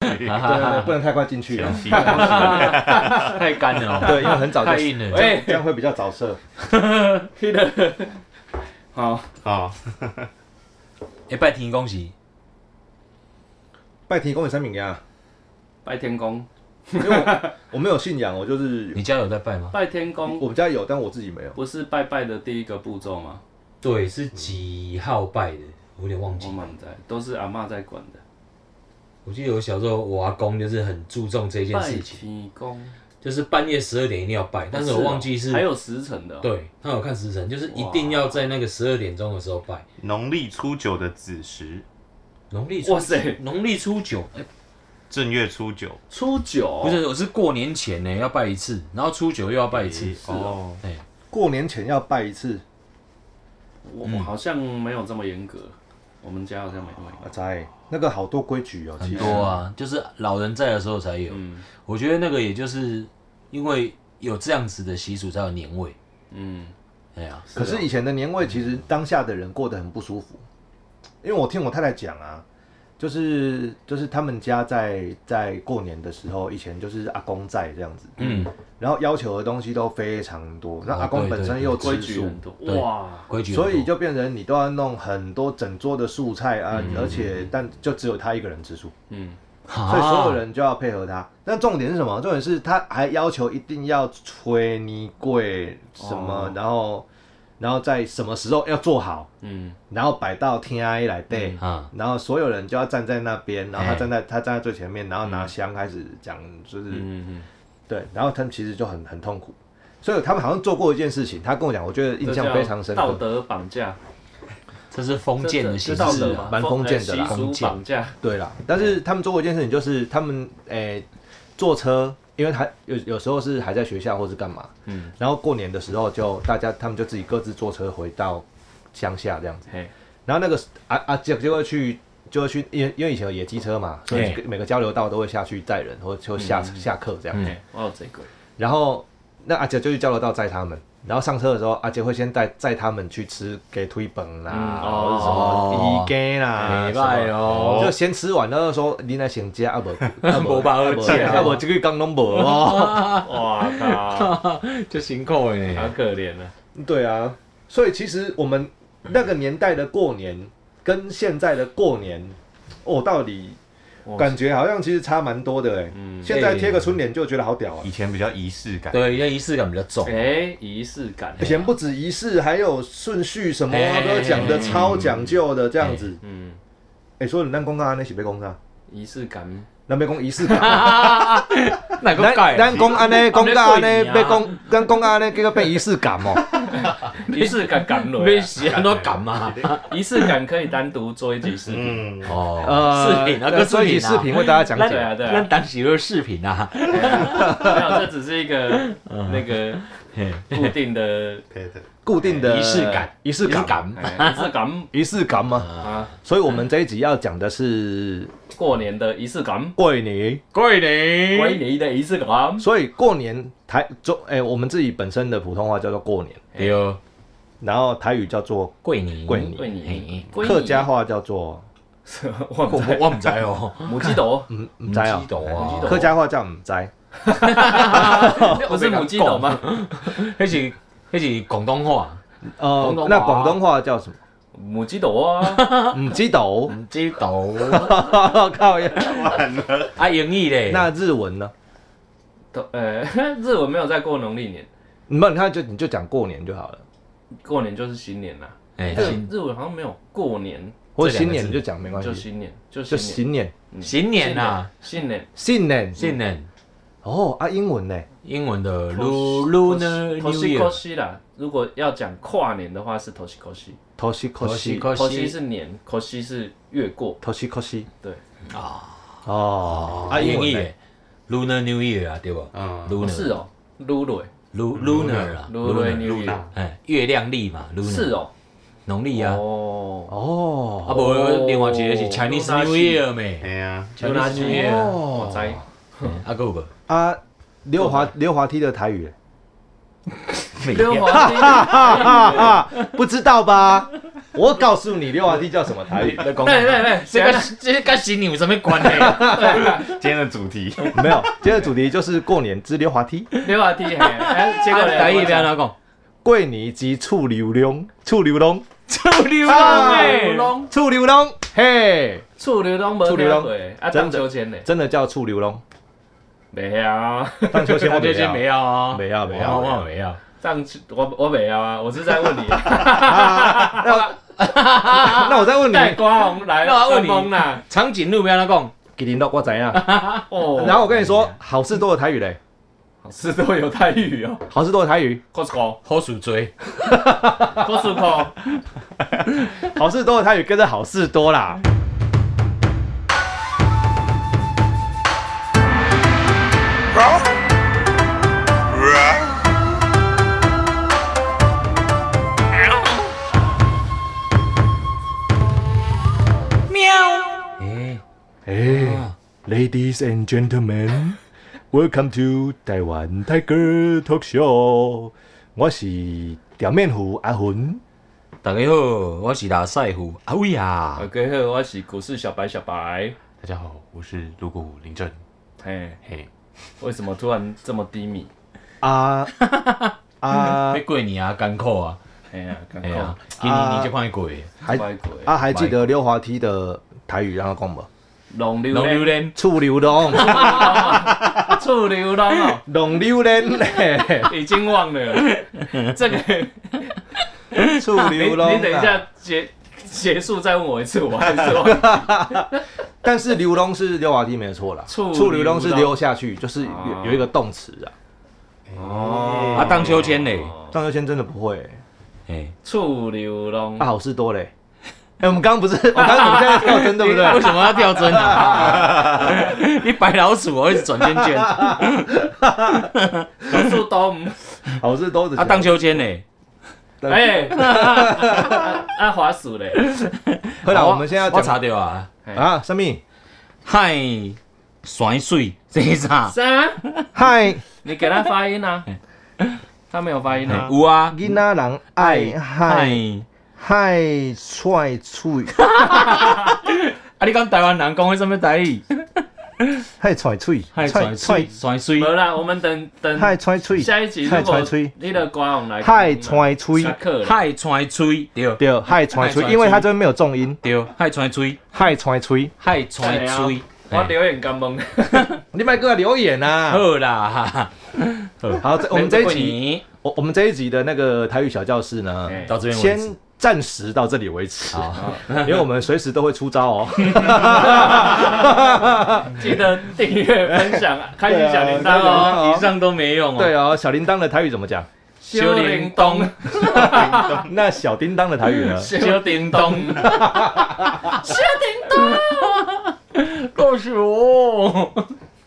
哈哈去，对对 对，哈不能太快进去了前，戏啊太干了哦， 对，因为很早就太硬 了。喂这样会比较早射。黑的， 好，好，哎，拜天恭喜，拜提供给三明呀，拜天公，因为我我没有信仰，我就是你家有在拜吗？拜天公我们家有，但我自己没有。不是拜拜的第一个步骤吗？对，是几号拜的？我有点忘记我。们在都是阿嬷在管的。我记得我小时候，我阿公就是很注重这件拜事情，天公，就是半夜十二点一定要拜，但是我哦忘记是还有时辰的哦，对，他有看时辰，就是一定要在那个十二点钟的时候拜。农历初九的子时，农历初哇塞，农历初九，哎正月初九，初九不是，我是过年前呢要拜一次，然后初九又要拜一次诶。哦，哎，过年前要拜一次，我嗯我好像没有这么严格，我们家好像没那么严格。阿仔那个好多规矩哦，很其实多啊，就是老人在的时候才有。嗯我觉得那个也就是因为有这样子的习俗才有年味。嗯，啊哎呀，可是以前的年味，其实当下的人过得很不舒服，因为我听我太太讲啊，就是就是他们家在在过年的时候，以前就是阿公在这样子，嗯，然后要求的东西都非常多，那哦阿公对本身对又规吃矩啊素，很多对哇，规矩很多。所以就变成你都要弄很多整桌的素菜嗯啊，而且但就只有他一个人吃素，嗯，所以所有啊人就要配合他。但重点是什么？重点是他还要求一定要吹泥柜什么，哦然后然后在什么时候要做好，嗯，然后摆到天埃来对。啊，然后所有人就要站在那边，然后他嘿嗯站在他站在最前面，然后拿香开始讲，就是、嗯对，然后他们其实就很很痛苦，所以他们好像做过一件事情，他跟我讲，我觉得印象非常深刻。道德绑架，这是封建的这形这道式德啊。嘛哎蛮封建的啦习俗封建绑架，对啦，但是他们做过一件事情，就是他们诶、坐车，因为还有有时候是还在学校或是干嘛，嗯，然后过年的时候就大家他们就自己各自坐车回到乡下这样子，嘿，然后那个啊啊就就会去就会去，因为因为以前有野鸡车嘛，所以对每个交流道都会下去载人或就下、嗯下课这样，嘿，我有这个，然后那阿杰就去交流道载他们。然后上车的时候，阿杰会先带载他们去吃给推本啦，嗯或者什么哦鱼羹啦，礼拜哦，就先吃完，然后说你来先吃，啊无啊无吧好吃啊无这个讲拢无哦。哇 靠，就辛苦哎好。可怜啊， 对啊，所以其实我们那个年代的过年跟现在的过年，哦，到底哇感觉好像其实差蛮多的哎。嗯现在贴个春联就觉得好屌啊以！前比较仪式感，对，要仪式感比较重。哎，仪式感，以前不止仪式，还有顺序什么啊哎都讲的超讲究的这样子。嗯，哎，所以咱讲啊，那是要讲啥？仪式感，咱要讲仪式 啊感，那个咱盖，咱讲安啊尼，讲到安咱尼，要要过讲咱讲安尼，结果变仪式感哦。仪式感感了，被洗很多感嘛。仪式感可以单独做一集视频，嗯， 哦，呃，视频那个所以视频啊视频为大家讲对解。啊对啊那当时的视频啊，没有，这只是一个那个嗯嘿固定的对的，固定的哎仪式感，嗯仪式有感、感哎仪式感仪式感嘛。啊，所以我们这一集要讲的是过年的仪式感，过年，过归年，你的仪式感，所以过年台中哎、我们自己本身的普通话叫做过年，对哦，然后台语叫做过年，过年归你，归你客家，话叫做我我不知道我唔知哦，母 鸡斗，嗯唔知啊唔知，道啊，客家话叫唔知，不是母鸡斗吗？那是那是广东话，呃广东话，那广东话叫什么？母鸡斗啊，唔知道，唔知道。 靠呀！啊，英语嘞，那日文呢？都呃， 日文没有在过农历年，你们你看就你就讲过年就好了，过年就是新年啦。哎日新日文好像没有过年，或者这两新个字年你就讲没关就系，新年，就就新新年，年，新年啊，新年新年，新年，哦啊，英文呢？英文的 lu lu 呢 Lu New Toshi k o Year， s i 啦。如果要讲跨年的话，是 Toshi k o s i 头西可西，可 k o s i 是年 k o s i 是越过，头西可西，对，哦啊，英文语呢嘞，Lunar New Year 啊，对不嗯， ？Lunar 是哦，Lulu Lu- Lunar 啊 Lulu ，Lunar， New Year 哎，月亮历嘛，Lunar 是哦，农历啊，哦，哦啊，不，另外一个是 Chinese 哦 New Year 哎咩呀， ，Chinese New Year，Oh。我哦，知，哎啊，够不？啊，溜滑溜滑梯的台语，没溜有，滑梯， 不知道吧？我告诉你，溜滑梯叫什么台语？ 对对对，这个 这个跟啊行李有什么 关系？今天的主 题没有，今天的主题就是过年之溜滑梯。溜滑梯，嘿哎，结结果果嘞台语不要乱 讲，桂泥及醋流龙，醋流龙，臭流氓氓欸醋哎！龙，醋流龙，嘿，醋流龙，醋醋溜流龙龙，啊，真荡的秋千呢？真的叫醋流龙。没有啊，荡秋千我我没这些没有，有啊，没有没有我我没有。 荡秋我我没有啊，我是 在问你，啊那那我再问带你，瓜红来，那我问你风啦，长颈鹿不要乱讲，给林到我怎样？哦，然后我跟你说，好事多的台语嘞，是都有泰语哦好事多的台语， ，Costco 好鼠追， Costco， 好事多的台语跟着好事多啦。哎， Hey, ladies and gentlemen, welcome to 台湾 Tiger Talk Show。我是表面虎阿魂。大家好，我是大帅虎阿伟啊大。家呃好，我是股市小白小白，大家好，我是陆谷林正。嘿，嘿，为什么突然这么低迷？啊 啊要过年啊，艰苦啊，哎呀，刚哎呀刚，今年你就快过的，还乖乖，啊！还记得溜滑梯的台语让他讲不？龙溜龙嘞榴莲，醋溜 龙，醋流浪哦，龙溜人 嘞，已经忘了这个。醋你溜你龙啊。等一下结结束再问我一次，我还是忘了。但是流龙是溜滑梯没有错啦，醋醋流龙是溜溜下去，就是有哦有一个动词啊。哦啊，荡秋千嘞，张秋千真的不会欸，哎，醋流浪啊，，好事多嘞。哎，我们刚刚不是，哦我刚我们现在跳针对不对？ 哎为什么要跳针啊？ 你白老鼠，我一直转圈圈。啊，醋都唔好事多的钱荡秋千嘞，啊哎，啊滑鼠嘞，好啦，我们现在要我查讲到啊，啊，生命，嗨，甩水， 这是啥？啥？嗨，你给他发音啊？他没有发音啊？有啊，囡仔人爱嗨嗨。嗨帅脆， 啊！你讲台湾人讲的什么台语？嗨帅脆，嗨，甩水，甩水没，啦，我们等等嗨帅脆，下一集嗨如果帅脆，你的瓜我们来嗨帅脆，下课了，嗨，甩水，对对，嗨帅嗨帅脆，脆因为他这边没有重音，对，嗨，甩水，嗨帅脆，嗨，甩水。哎我嘿留言干懵。你买个留言啊好啦，好，这我们这一过集，年我我们这一集的那个台语小教室呢，哎到这边为止先。暂时到这里为 止，好，因为我们随时都会出 招哦。 记得订阅、分享、 开启小铃铛对啊哦。好以上都没用哦。对哦，小铃铛的台语怎么讲？修铃铛， 那小叮当的台语呢？修叮咚，告诉我，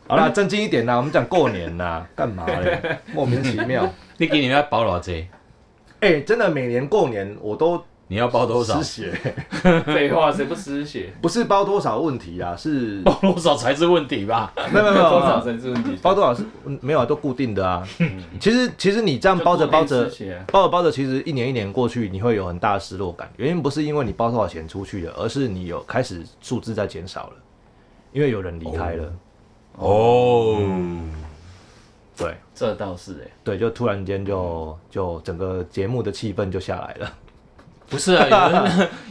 好啦，正经一点啦，我们讲过年啦，干嘛 嘞？莫名其妙。 你今年要包多少？哎、真的每年过年我都你要包 多少失？血，废话，谁不失血？不是包多少问题啊，是包多少才是问题吧？没有没有没有多少才是问题？包多少是嗯没有啊，都固定的啊。嗯其实其实你这样包着包就着固定失血啊包着包着，其实一年一年过去，你会有很大的失落感。原因不是因为你包多少钱出去的，而是你有开始数字在减少了，因为有人离开了。哦，对这倒是哎，对，就突然间就就整个节目的气氛就下来了。不是啊，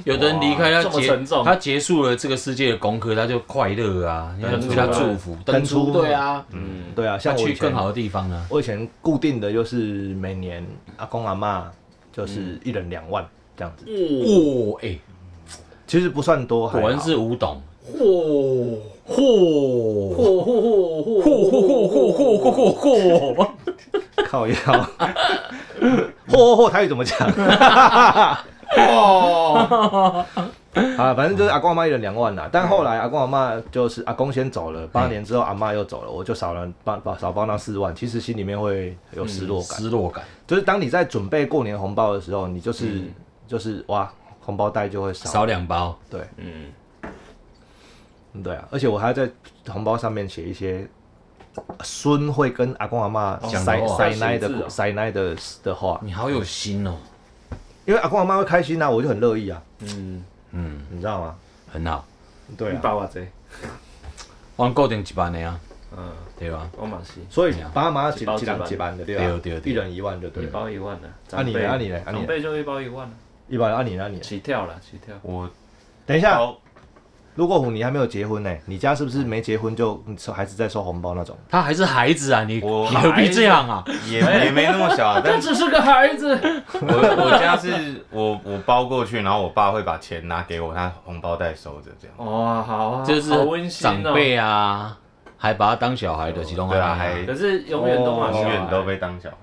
有人 有的人离开哇他这么结沉重他结束了这个世界的功课，他就快乐啊，你要登给出他祝福，登登出出对啊，嗯，对啊，他像我以去前更好的地方啊。我以前固定的就是每年阿公阿妈嗯就是一人两万这样子，哦，哎，其实不算多，还果好然是吴董。嚯嚯嚯嚯嚯嚯嚯嚯嚯嚯嚯！靠腰。 嚯嚯嚯，台语怎么讲？ 嚯！啊，反正就是阿公阿妈一人两万啦。但后来阿公阿妈就是阿公先走了，八年之后阿妈又走了，我就少了帮帮少包那四万，其实心里面会有失落感。失落感，就是当你在准备过年红包的时候，你就是、就是哇，红包袋就会少。嗯少两包，对嗯，对啊，而且我还在红包上面写一些孙会跟阿公阿妈哦讲塞的话塞奶是的哦塞奶的的话，你好有心哦，因为阿公阿妈会开心啊，我就很乐意啊，嗯，嗯，你知道吗？很好。对你啊，爸爸这，我固定一班的啊，嗯，对吧？我嘛是，所以对啊爸妈几几包几人几几班的，对对吧哦？对哦一对哦人一万就对一了，包一万呢，啊你长辈呢啊你呢啊你呢长辈就一包一万啊，一般啊你呢你呢？起跳了，起跳。我等一下，包如果虎你还没有结婚呢、你家是不是没结婚就你收还是在收红包那种？他还是孩子啊，你我你何必这样啊？也也没那么小啊，但他只是个孩子，我我家是我我包过去，然后我爸会把钱拿给我，他红包袋收着这样。哇，好啊，就好是温馨长哦。辈啊，还把他当小孩的，其中对啊，还还可是永远都嘛小孩哦永远都被当小孩。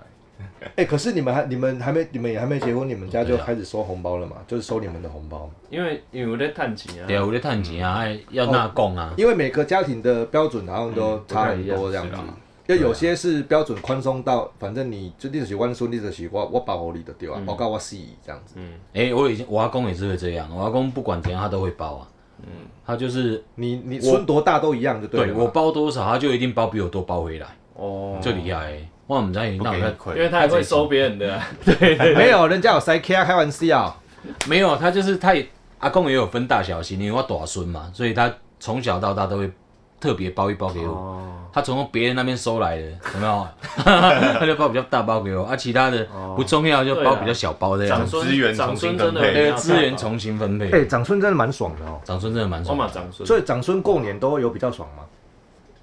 哎、可是你们还你们还没你们也还没结婚，你们家就对啊开始收红包了嘛？就是收你们的红包嘛，因为因为在探亲啊，对啊，我在探钱啊，还要纳贡啊，哦因为每个家庭的标准好像嗯都差很多这样子。啊啊因为有些是标准宽松到，反正你就你就喜欢孙，你就喜欢我把我你的丢啊，包括我洗这样子。哎，我以前我阿公也是会这样，啊我阿公不管怎样他都会包啊，嗯，他就是你你孙多大都一样就对对了我嘛。包多少，他就一定包比我多包回来，啊哦，最厉害欸。我唔知道不那给有你在因亏，为他也会收别人的啊，没有，人家有塞 K 啊，开玩笑。没有，啊他就是他也阿公也有分大小型，因为我大孙嘛，所以他从小到大都会特别包一包给我。哦，他从别人那边收 来的，有没有？ 他就包比较大包给我，啊，其他的哦不重要就包对啊比较小包这样长子。孙资源长重孙新真分的配对要资源重新分配。哎，长孙真的蛮爽的哦。长孙真的蛮我爽嘛的，长孙，所以长孙过年都有比较爽嘛。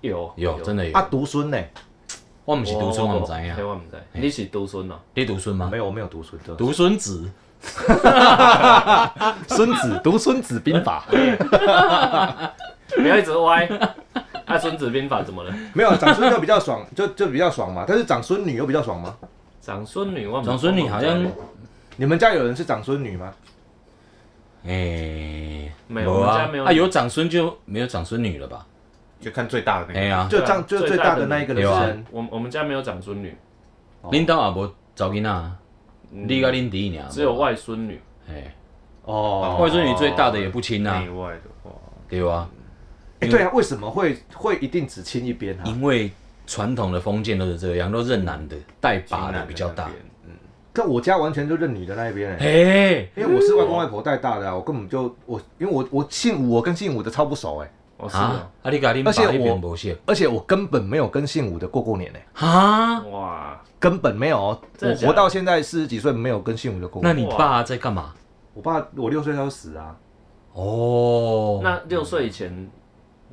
有哦有真的有啊，。独孙呢？我不是独孙，我不知哎嘿影。我唔知，你是独孙哦， 你独孙吗啊没？有，我没有独孙的。独孙子，孙 子读《孙子兵法》不要一直歪。啊，《孙子兵法》怎么了？没有长孙就比较爽， 就就比较爽嘛。但是长孙女又比较爽吗？长孙女，我长孙女好像哦你们家有人是长孙女吗？哎，没有无我们啊家没有啊，有长孙就没有长孙女了吧？就看最大的那哎个。呀，就对啊长就最大的那一个女有啊生，我我们家没有长孙女，恁兜也无查囡仔，哦嗯你甲恁弟俩只有。外孙女。哎，哦外孙女最大的也不亲啊内，外的话，对吧？哎对啊，为什么会会一定只亲一边啊？因为传统的封建都是这样，都认男的，带把亲的男比较大那。边但我家完全就认女的那一边哎，哎，因为我是外公外婆带大的啊，我根本就我因为我我姓武，我跟姓武的超不熟哎，哦，是啊哦，啊，你甲恁爸而且我迄边无熟而且我根本没有跟姓武的过过年哎，哈？哇，根本没有哦，真我的假的活到现在四十几岁没有跟姓武的过过那年。你爸在干嘛？我爸我六岁他就死啊，哦，那六岁以前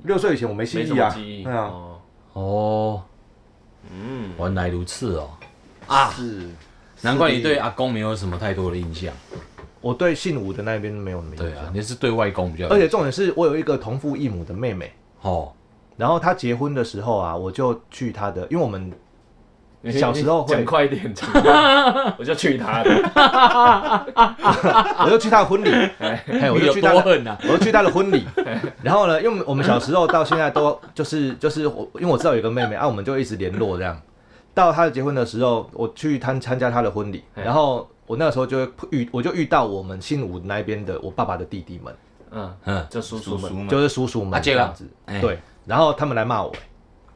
六岁以前我没记没什忆么啊，记忆对啊，哦，哦，嗯，原来如此哦，啊，是。难怪你对阿公没有什么太多的印象。我对姓吴的那边没有什么对印啊，象。你是对外公比较有，而且重点是我有一个同父异母的妹妹，哦，然后她结婚的时候啊，我就去她的，因为我们小时候会讲快一 点，讲快一点我就去他的，我就去她的婚礼，哎，我你就有去她多的。恨啊？我就去她的婚礼，然后呢，因为我们小时候到现在都就是就是我，因为我知道有一个妹妹啊，我们就一直联络这样。到她结婚的时候，我去参参加她的婚礼，然后我那个时候就会遇，我就遇到我们姓吴那边的我爸爸的弟弟们，嗯，嗯，就叔叔叔叔们，们就是叔叔们啊这这个样子，哎对，然后他们来骂我，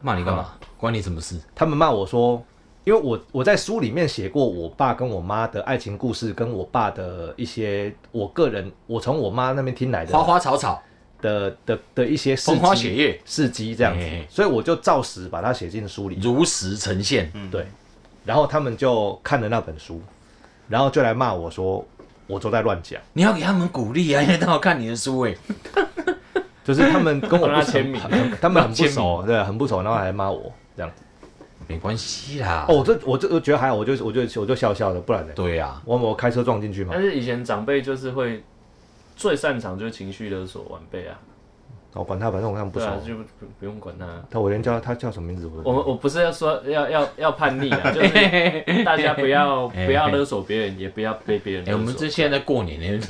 骂你干啊嘛？关你什么事？他们骂我说，因为我我在书里面写过我爸跟我妈的爱情故事，跟我爸的一些我个人我从我妈那边听来的花花草草，的的的一些事风花雪迹月，事迹这样子，嘿嘿所以我就照实把它写进书里，如实呈现。对，然后他们就看了那本书，然后就来骂我说我都在乱讲，你要给他们鼓励啊，因为他有看你的书哎。就是他们跟我让他不签名很 他们让很不他签熟，对，很不熟，然后还骂我这样子，没关系啦。哦，我这我这我觉得还好，我就我就我就笑笑的，不然呢，对啊呀、我我开车撞进去嘛但，是以前长辈就是会最擅长就是情绪勒索晚辈啊，我哦管他，反正我跟他们不对熟啊，。就不不不用管他。他我连叫他叫什么名字我我都们我不是要说要要要叛逆啊，就是大家不 要不要勒索别人，也不要被别人哎、我勒们索。这现在在过年呢，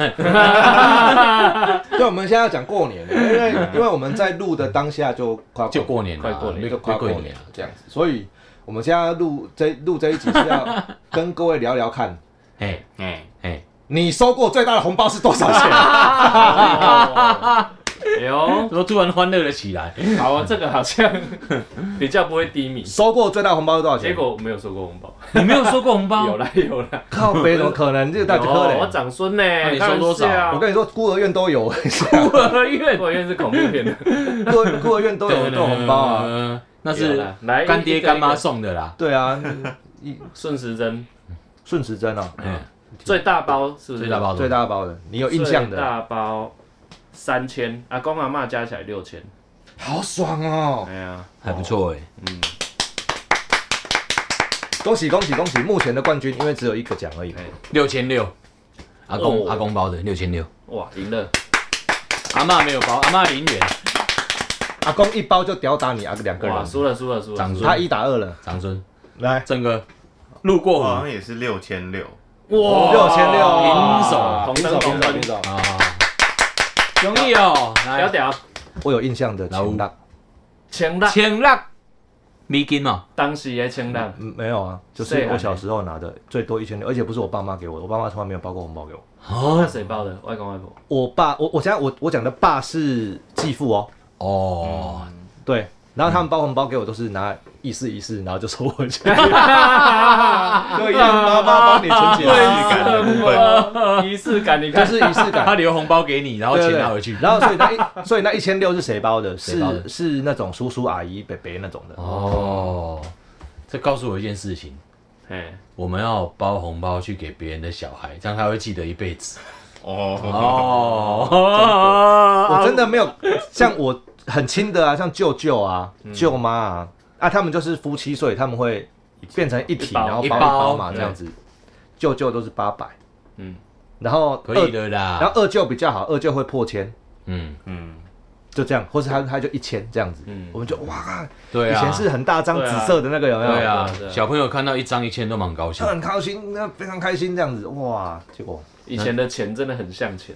对，我们现在要讲过年，因为因为我们在录的当下就快就过年了，快过年没哦就有快快过过年年了了。这样子，所以我们现在录这录这一集是要跟各位聊聊看， 哎哎，哎， 你收过最大的红包是多少钱？啊哦哎呦，我突然欢乐了起来。好啊，这个好像 比较不会 低迷。收过最大红包是多少钱？结果我没有收过红包， 你没有收过哦红包？有啦有啦，靠北怎么可能？这个大有啊哥哦我嘞！长孙呢那，你收多少当然是啊我跟你说，孤儿院都有， 孤儿院孤儿院是恐怖片的，孤儿孤儿院都有都有红包啊。啊，那有是啦来干爹干妈一个一个送的啦。对啊，一顺时针顺时针啊，哎嗯嗯，最大包是不是？最大包多最少，大包的，你有印象最的，大包三千，阿公阿妈加起来六千，好爽哦！哎呀，还不错哎。嗯，恭喜恭喜恭喜！目前的冠军，因为只有一个奖而已。哎，六千六，阿公哦阿公包的六千六，哇，赢了，阿妈没有包，阿妈零元，阿公一包就吊打你啊，两个哇，人，输了输了输了长，孙他一打二了。长孙，来，郑哥路过我好湖像也是六千六，哇6600手，啊平手平红手灯平红灯，手，啊，容易哦，屌来，屌，我有印象的老五前浪，千浪，千六美金哦嘛，当时的千浪，嗯没有啊，就是我小时候拿的最多一千六，而且不是我爸妈给我的，我爸妈从来没有包过红包给我。那哦谁包的？外公外婆，我爸，我我现在我我讲的爸是继父哦，哦，对，然后他们包红包给我都是拿一四一四，然后就收回去， 对，让妈妈帮你存起来，感的部分，仪式感，你就看是仪式 他感。留红包给你，然后对钱对拿回去，然后所以那一所以那一千六是谁包的？谁包的是是那种叔叔阿姨、伯伯那种的。哦，这告诉我一件事情，哎，我们要包红包去给别人的小孩，这样他会记得一辈子。哦，哦， 我我哦真的没有像我很亲的啊，像舅舅啊、嗯舅妈啊，啊，他们就是夫妻，所以他们会变成一体，一包然后包一一包包嘛，对这样子。舅舅都是八百，嗯，然后可以二，的哦啊然啦。后二舅比较好，二舅会破千，嗯，嗯，就这样，或是他他就一千这样子，嗯我们就哇，对以啊，前是很大张对紫啊色的那个有没有？对啊对啊对，啊小朋友看到一张一千都蛮高兴 他。很开心，那非常开心这样子，哇，结果以前的钱真的很 像钱，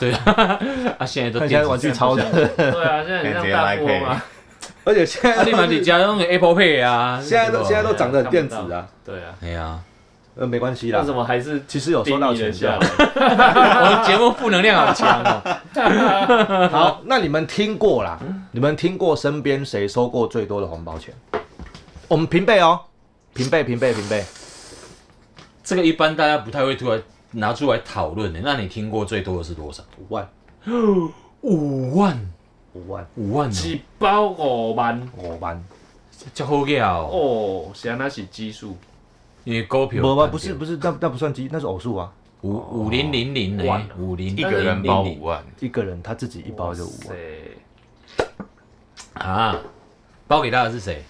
对啊，啊，现在都看电起来子玩具超的，对啊，现在很像大富翁啊， 而且现啊，在你嘛是加用 Apple Pay 啊， 现在都现在都长得很电子看不啊到，对啊，哎呀， 呃，没关系为啦什，么还是其实有收到低迷钱了就好下了。来？我们节目负能量好 强哦。好，那你们听过啦？你们听过身边谁收过最多的红包钱？我们平辈哦，平辈平辈平辈，这个一般大家不太会突然拿出来讨论的。那你听过最多的是多少？五万五万，五万五万哦，一包五万五万，叫好料哦。哦，显然是奇数，你的股票不不不是不是，那那不算鸡，那是偶数啊。五五零零零呢万？五零一个人包五万，一个人他自己一包就五万，对，啊？包给他的是谁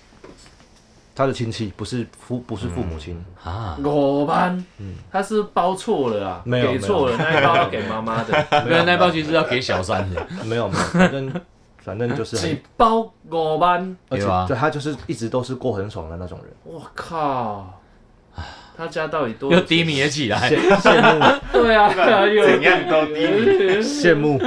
他的亲戚不是父不是父母亲，啊？五万，他是包错了啊，嗯没有给错了，那一包要给妈妈的， 没有，那包其实是要给小三的。 嗯没有没有，反正反正就是一很，包五万，而且对吧就他就是一直都是过很爽的那种人，我靠，他家到底多？又低迷了。起来。羡羡 对啊，又怎样都低迷，慕羡慕，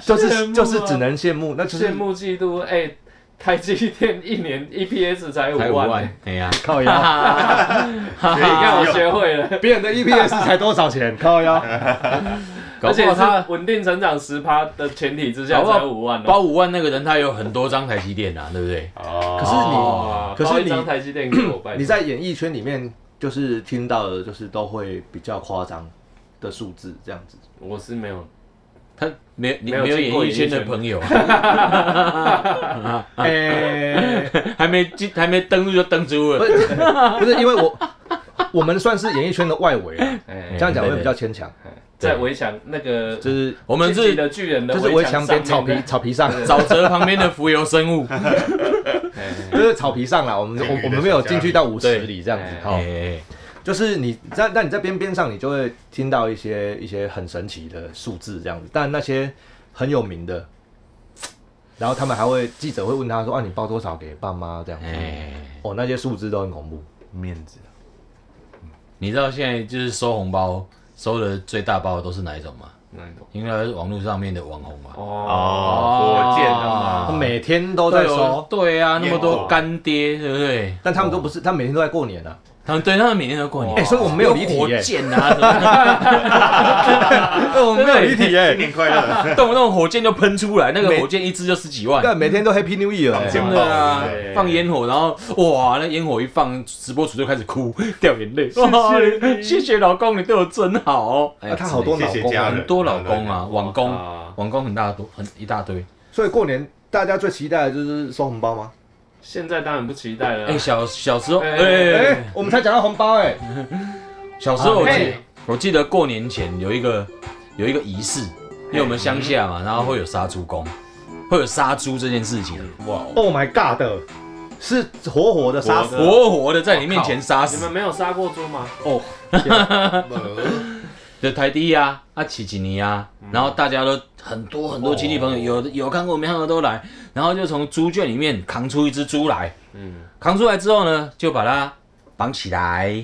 就是羡慕啊就是只能羡慕，那就是 羡慕嫉妒哎。台积电一年 EPS 才五才五万，万，哎呀，靠腰， 你看我学会了，别人的 EPS 才多少钱？靠腰。搞而不且好他是稳定成长十趴的前提之下搞不好才五万哦。包五万那个人，他有很多张台积电啊，对不对？可哦，是你，哇可是包一你张台积电给 我拜你托，在演艺圈里面就是听到的，就是都会比较夸张的数字这样子。我是没有，他没有，你没有没有经过演艺圈的演艺圈朋友啊， 啊哎，还没进，还没登入就登出不了。是不是，因为我我们算是演艺圈的外围啊，哎这，样讲会比较牵强，在围墙那个就是我们进击是的巨人的就是围墙边草上面皮的草皮上， 沼泽旁边的浮游生物。哎哎就是草皮上啦。我们我我们没有进去到五十里这样子对，好，哎，就是你在那你在边边上，你就会听到一些一些很神奇的数字这样子，但那些很有名的。然后他们还会记者会问他说：“啊，你包多少给爸妈这样子？”哎，哦，那些数字都很恐怖。面子，你知道现在就是收红包收的最大包的都是哪一种吗？那一种应该是网络上面的网红吧。哦，哦，火箭他啊，每天都在对哦收，对啊，那么验多货干爹，对不对？但他们都不是，他每天都在过年啊。他们对他们每天都过年，哎所以我们没有离题火耶箭啊，什么 哎，我们没有离题新 耶，年快乐，的动不动火箭就喷出来，那个每火箭一支就十几万，但每天都 Happy New Year，放哎箭真炮的啊对不，对放烟火，然后哇，那烟火一放，直播主就开始哭，掉眼泪，哇谢谢谢老公，你对我真好哦，哎啊他好多谢老谢公家啊，人很多老公啊，网工，啊，网工很大多，很一大堆。所以过年大家最期待的就是收红包吗？现在当然不期待了啊哎，。小小时候，哎哎，哎，我们才讲到红包哎，小时候我啊记嘿，我记得过年前有一个有一个仪式，因为我们乡下嗯嘛，然后会有杀猪工，会有杀猪这件事情，哇， Oh my God，是活活的杀死活的活活的在你面前杀你死们，没有杀过猪吗？哦，就台地啊，啊起几尼啊，嗯然后大家都很多很多亲戚朋友，哦有的有看过没看过都来，然后就从猪圈里面扛出一只猪来，嗯，扛出来之后呢，就把它绑起来，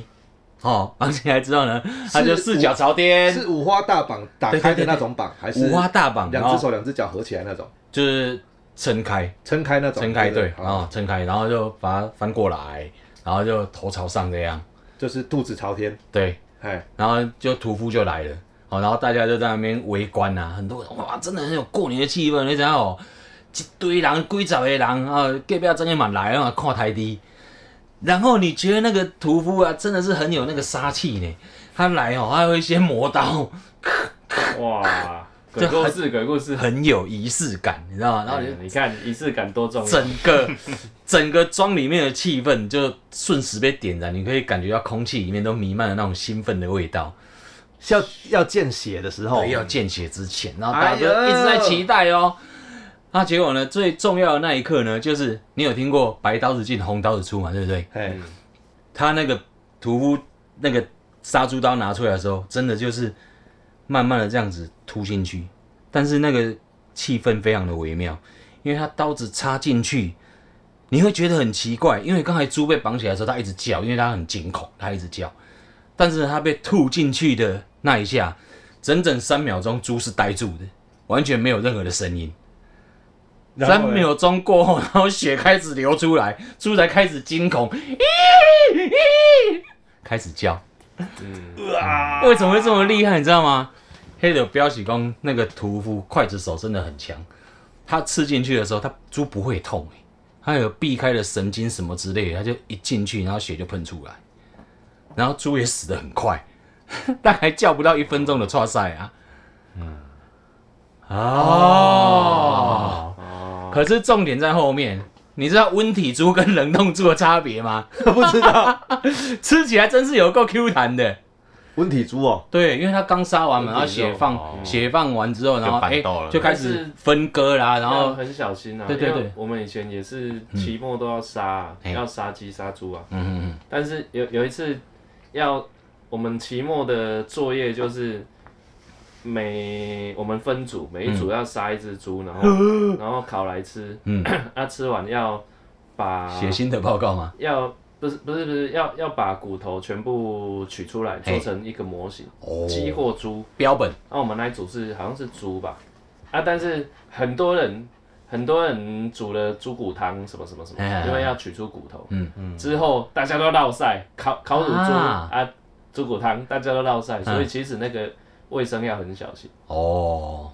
哦， 绑起来之后呢，它就四脚朝天，是五花大绑打开的那种绑，还是五花大绑，然两只后手两只脚合起来那种，就是撑开，撑开那种，撑开对啊对哦不，然后撑开，然后就把它翻过来，然后就头朝上这样，就是肚子朝天，对，哎，然后就屠夫就来了，好，然后大家就在那边围观啊，很多人哇，真的很有过年的气氛，你知道哦，一堆人，几十个人啊，隔壁真的蛮来啊，看台低。然后你觉得那个屠夫啊，真的是很有那个杀气呢。他来哦，他会先磨刀，哇，这鬼故很事，鬼故事。很有仪式感，你知道吗？然后哎你呀你看仪式感多重要。整个整个庄里面的气氛就瞬时被点燃，你可以感觉到空气里面都弥漫了那种兴奋的味道。是要要见血的时候对，，要见血之前，然后大家都哦哎呦一直在期待哦。那、结果呢？最重要的那一刻呢，就是你有听过“白刀子进，红刀子出”嘛，对不对？哎，他那个屠夫那个杀猪刀拿出来的时候，真的就是慢慢的这样子突进去，但是那个气氛非常的微妙，因为他刀子插进去，你会觉得很奇怪，因为刚才猪被绑起来的时候，它一直叫，因为它很惊恐，它一直叫，但是它被吐进去的那一下，整整三秒钟，猪是呆住的，完全没有任何的声音。然后三呢秒钟过后，然后血开始流出来，猪才开始惊恐，咦咦，开始叫。为什么会这么厉害？你知道吗？黑的标喜功那个屠夫刽子手真的很强，他刺进去的时候，他猪不会痛、欸，他有避开了神经什么之类的，他就一进去，然后血就喷出来，然后猪也死得很快， 大概叫不到一分钟的挫赛啊。嗯，哦，哦，可是重点在后面，你知道温体猪跟冷冻猪的差别吗？不知道吃起来真是有够 Q 弹的。温体猪哦，对，因为它刚杀完嘛，然后温体肉血放、哦血放完之后，然后就哎、板豆了就开始分割啦，然然后后很小心啊。对对因为对我们以前也是期末都要杀啊，嗯要杀鸡杀猪啊。嗯嗯但是有有一次要我们期末的作业就是每我们分组，每一组要杀一只猪， 然后然后烤来吃， 嗯嗯，那吃完要把血腥的报告吗？要不是不是不是要要把骨头全部取出来，嘿做成一个模型，哦鸡或猪。啊标本那、我们那一组是好像是猪吧，啊，但是很多人很多人煮了猪骨汤什么什么什么哎，因为要取出骨头，嗯嗯嗯，之后大家都绕晒烤烤乳猪啊啊，猪骨汤大家都绕晒，嗯所以其实那个卫生要很小心，哦，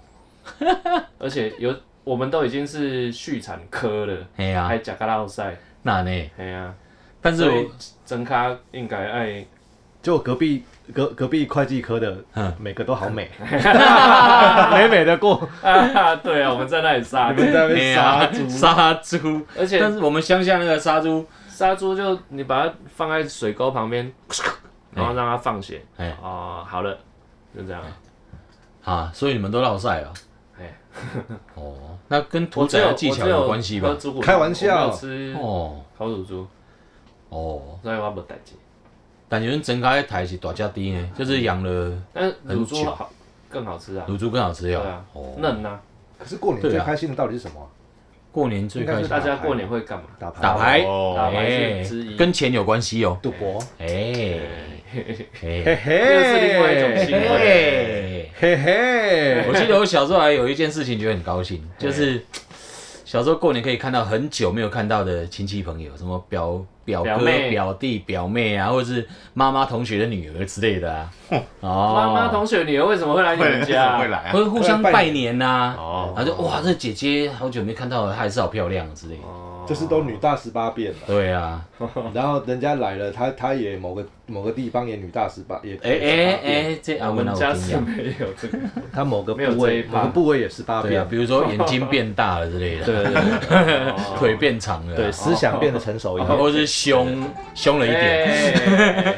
而且有我们都已经是畜产科了，哎呀、还加个绕晒，那呢？哎呀、但是所我以真咖应该爱 就隔壁隔隔壁会计科的嗯，每个都好美， 美美的过，啊，对啊，我们在那里杀你，们在那哎边呀杀 猪，杀猪，而且但是我们乡下那个杀猪，杀猪就你把它放在水沟旁边，然后让它放血。哎、哦，好了，就这样。啊，所以你们都落晒了。哎， 哦，那跟屠我只宰有的技巧有关系？我只吧有喝？猪骨汤开玩笑我没有吃哦烤乳猪，哦，所以我没代志。但是整开台是大家低呢，就是养了但是乳很猪久好更好吃啊，乳猪更好吃对哟。啊哦，，嫩啊。可是过年对最啊开心的到底是什么啊？过年最开应该心是大家过年会干嘛？打牌，打牌，哦打牌哎是之一跟钱有关系哦。赌博，哎，嘿嘿嘿，这是另外一种兴奋嘿，嘿嘿我，记得我小时候还有一件事情觉得很高兴，就是小时候过年可以看到很久没有看到的亲戚朋友，什么表表表哥、妹表弟、表妹啊，或者是妈妈同学的女儿之类的啊。哦，妈妈同学女儿为什么会来你会们家啊？会来啊会互相拜年呐、哦然后就哇，这姐姐好久没看到了，她还是好漂亮之类的。哦 就是都女大十八变了，对啊，然后人家来了，他他也某个某个地方也女大十八，也哎哎哎，哎，这阿我文们老家师是没有这个，他某个部没有这一位趴某个部位也十八对啊变，，比如说眼睛变大了之类的，对对对哦腿变长了啊，对，思想变得成熟一然后点。是凶凶了一点，哎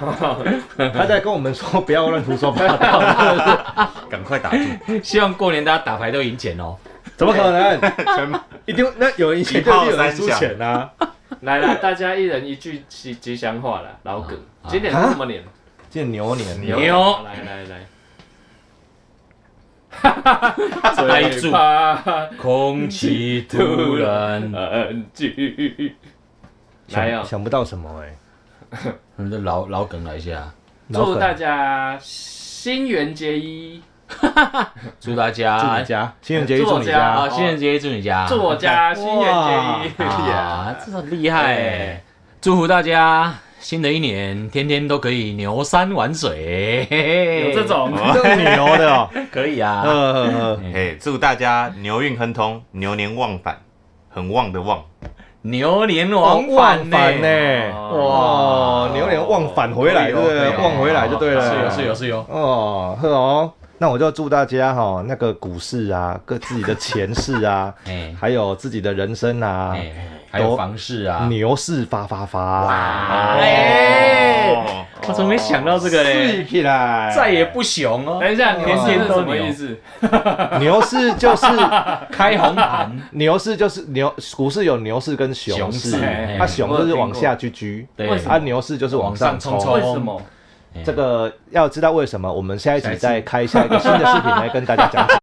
哦他在跟我们说不要乱胡说八道，赶快打住，希望过年大家打牌都赢钱哦。怎么可能？全一定那有人赢一炮就有人三输响钱啊！来了，大家一人一句吉吉祥话啦，老梗啊。今年是什么年？这牛年牛来来来，呆最住，怕空气突然，安静。来想哦，想不到什么哎，我们就嗯老老梗来一下，老祝梗大家新元结衣，祝大祝你家家，情人节祝我祝你家家啊，，新人节祝你啊家，祝我家新元结衣。啊，这很厉害哎欸！祝福大家新的一年天天都可以牛山玩水，嘿嘿有这种这么牛的哦，可以啊。呃呃，嘿，祝大家牛运亨通，牛年旺返，很旺的旺。牛年往返呢、哦返呢，哇，牛年旺返回来，可以对哦不对可以？哦旺回来就对了，是有是有哦是有，哦，呵哦，那我就祝大家哈、那个股市啊，各自己的前世啊，哎还有自己的人生啊，哎，还有房市啊，牛市发发发，哦哎、哦，我怎么没想到这个是嘞？起来，再也不熊哦，等一下，牛天是天什都么意牛，思？牛市就是开红 盘，牛市就是牛，股市有牛市跟熊熊市市，，哎它哎熊就是往下去居，对为什么啊牛市就是往上往上冲冲。为什么？这个要知道为什么，我们下一集再开下一个新的视频来跟大家讲解。